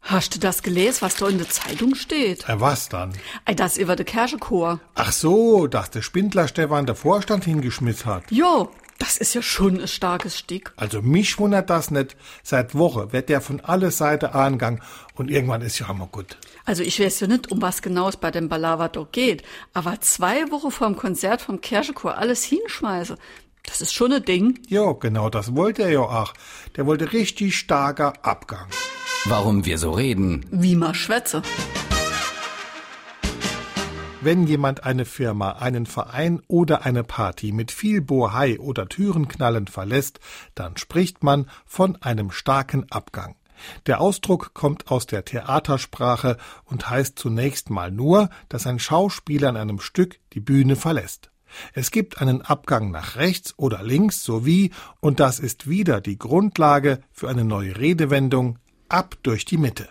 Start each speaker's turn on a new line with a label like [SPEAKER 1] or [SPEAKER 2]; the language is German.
[SPEAKER 1] Hast du das gelesen, was da in der Zeitung steht?
[SPEAKER 2] Äh, was dann?
[SPEAKER 1] Ei, Das über den Kirchenchor.
[SPEAKER 2] Ach so, dass der Spindler Stefan der Vorstand hingeschmissen hat.
[SPEAKER 1] Jo, das ist ja schon ein starkes Stück.
[SPEAKER 2] Also mich wundert das nicht. Seit Woche wird der von alle Seiten angegangen und irgendwann ist ja immer gut.
[SPEAKER 1] Also ich weiß ja nicht, um was genau es bei dem Balava doch geht, aber zwei Wochen vor dem Konzert vom Kirchenchor alles hinschmeißen, das ist schon ein Ding.
[SPEAKER 2] Jo, genau das wollte er ja auch. Der wollte richtig starker Abgang.
[SPEAKER 3] Warum wir so reden.
[SPEAKER 1] Wie man schwätze.
[SPEAKER 2] Wenn jemand eine Firma, einen Verein oder eine Party mit viel Bohai oder Türenknallen verlässt, dann spricht man von einem starken Abgang. Der Ausdruck kommt aus der Theatersprache und heißt zunächst mal nur, dass ein Schauspieler in einem Stück die Bühne verlässt. Es gibt einen Abgang nach rechts oder links sowie, und das ist wieder die Grundlage für eine neue Redewendung, ab durch die Mitte.